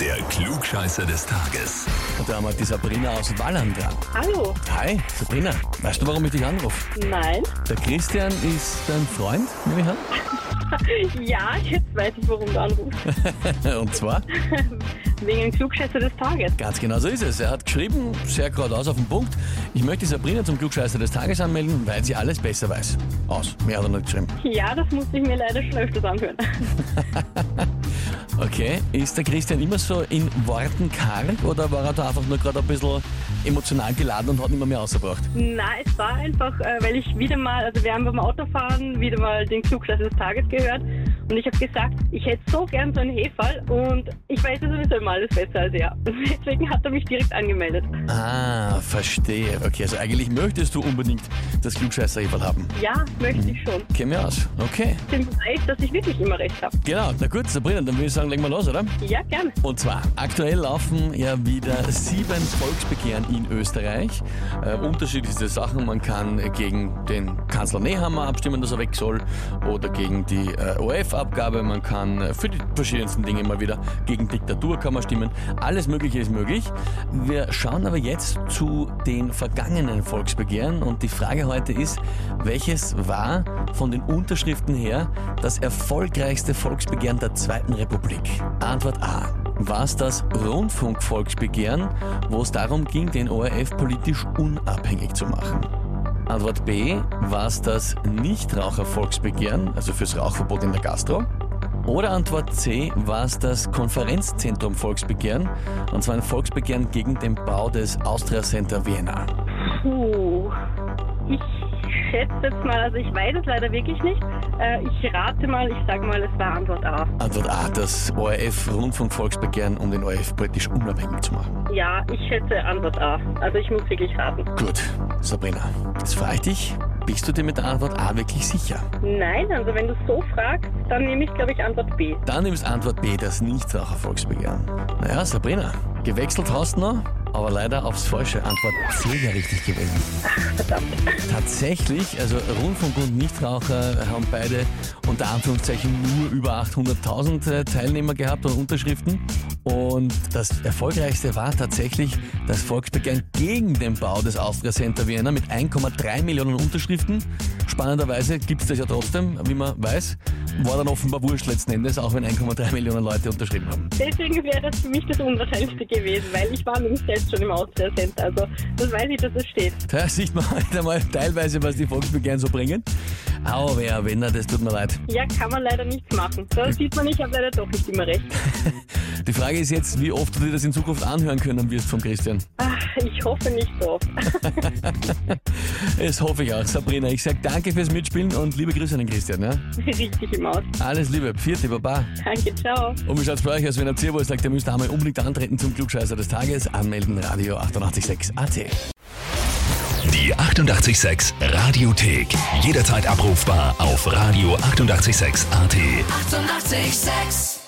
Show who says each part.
Speaker 1: Der Klugscheißer des Tages.
Speaker 2: Und da haben wir die Sabrina aus Walland dran.
Speaker 3: Hallo.
Speaker 2: Hi, Sabrina. Weißt du, warum ich dich anrufe?
Speaker 3: Nein.
Speaker 2: Der Christian ist dein Freund, nehme ich
Speaker 3: Ja, jetzt weiß ich, warum du anrufst.
Speaker 2: an. Und zwar,
Speaker 3: Wegen dem Klugscheißer des Tages.
Speaker 2: ganz genau so ist es. Er hat geschrieben, sehr geradeaus auf den Punkt, ich möchte die Sabrina zum Klugscheißer des Tages anmelden, weil sie alles besser weiß. Aus. Mehr hat er nicht geschrieben.
Speaker 3: Ja, das musste ich mir leider schon öfters anhören.
Speaker 2: Okay, ist der Christian immer so in Worten karg oder war er da einfach nur gerade ein bisschen emotional geladen und hat nicht mehr mehr rausgebracht?
Speaker 3: Na, es war einfach, äh, weil ich wieder mal, also wir haben beim Autofahren wieder mal den Klugscheißer des Tages gehört und ich habe gesagt, ich hätte so gern so einen Heferl und ich weiß ja sowieso immer alles besser als er. Deswegen hat er mich direkt angemeldet.
Speaker 2: Ah, verstehe. Okay, also eigentlich möchtest du unbedingt das klugscheißer haben.
Speaker 3: Ja, möchte ich schon.
Speaker 2: Käme mir aus. Okay.
Speaker 3: Dem Beweis, dass ich wirklich immer recht habe.
Speaker 2: Genau, na gut, Sabrina, dann würde ich sagen, legen wir los, oder?
Speaker 3: Ja, gerne.
Speaker 2: Und zwar, aktuell laufen ja wieder sieben Volksbegehren in Österreich. Äh, unterschiedlichste Sachen. Man kann gegen den Kanzler Nehammer abstimmen, dass er weg soll, oder gegen die äh, ORF-Abgabe. Man kann äh, für die verschiedensten Dinge immer wieder gegen Diktatur kann man stimmen. Alles Mögliche ist möglich. Wir schauen aber jetzt zu den vergangenen Volksbegehren und die Frage heute ist, welches war von den Unterschriften her das erfolgreichste Volksbegehren der Zweiten Republik? Antwort A. War es das Rundfunkvolksbegehren, wo es darum ging, den ORF politisch unabhängig zu machen? Antwort B. War es das Nichtrauchervolksbegehren, also fürs Rauchverbot in der Gastro? Oder Antwort C. War es das Konferenzzentrum Volksbegehren, und zwar ein Volksbegehren gegen den Bau des Austria Center Vienna?
Speaker 3: Puh. Ich schätze jetzt mal, also ich weiß es leider wirklich nicht. Äh, ich rate mal, ich sag mal, es war Antwort A.
Speaker 2: Antwort A. Das ORF-Rundfunkvolksbegehren, um den ORF politisch unabhängig zu machen.
Speaker 3: Ja, ich schätze Antwort A. Also ich muss wirklich raten.
Speaker 2: Gut, Sabrina, jetzt frage ich dich, bist du dir mit der Antwort A wirklich sicher?
Speaker 3: Nein, also wenn du so fragst, dann nehme ich, glaube ich, Antwort B.
Speaker 2: Dann nimmst Antwort B, das Nichtrauchervolksbegehren. Naja, Sabrina, gewechselt hast du noch, aber leider aufs falsche. Antwort C wäre richtig gewesen.
Speaker 3: Verdammt.
Speaker 2: Tatsächlich, also Rundfunk und Nichtraucher haben beide unter Anführungszeichen nur über 800.000 Teilnehmer gehabt und Unterschriften. Und das erfolgreichste war tatsächlich das Volksbegehren gegen den Bau des Austria Center Vienna mit 1,3 Millionen Unterschriften. Spannenderweise gibt es das ja trotzdem, wie man weiß. War dann offenbar wurscht letzten Endes, auch wenn 1,3 Millionen Leute unterschrieben haben.
Speaker 3: Deswegen wäre das für mich das Unwahrscheinlichste gewesen, weil ich war nämlich selbst schon im Austria Center. Also das weiß ich, dass es steht.
Speaker 2: Da sieht man halt einmal teilweise, was die Volksbegehren so bringen. Aber ja, wenn, na, das tut mir leid.
Speaker 3: Ja, kann man leider nichts machen. Da sieht man, ich habe leider doch nicht immer recht.
Speaker 2: Die Frage ist jetzt, wie oft du dir das in Zukunft anhören können wirst von Christian.
Speaker 3: Ach, ich hoffe nicht so oft.
Speaker 2: Das hoffe ich auch. Sabrina, ich sag danke fürs Mitspielen und liebe Grüße an den Christian. Ja?
Speaker 3: Richtig im Aus.
Speaker 2: Alles Liebe, Pfiat, Baba.
Speaker 3: Danke, ciao.
Speaker 2: Und wie schaut's bei euch aus, wenn ihr Zirbo sagt, ihr müsst einmal unbedingt antreten zum Klugscheißer des Tages? Anmelden, Radio 886 AT.
Speaker 1: Die 88,6 Radiothek. Jederzeit abrufbar auf radio886.at. 88,6.
Speaker 4: Eighty-eight, sex.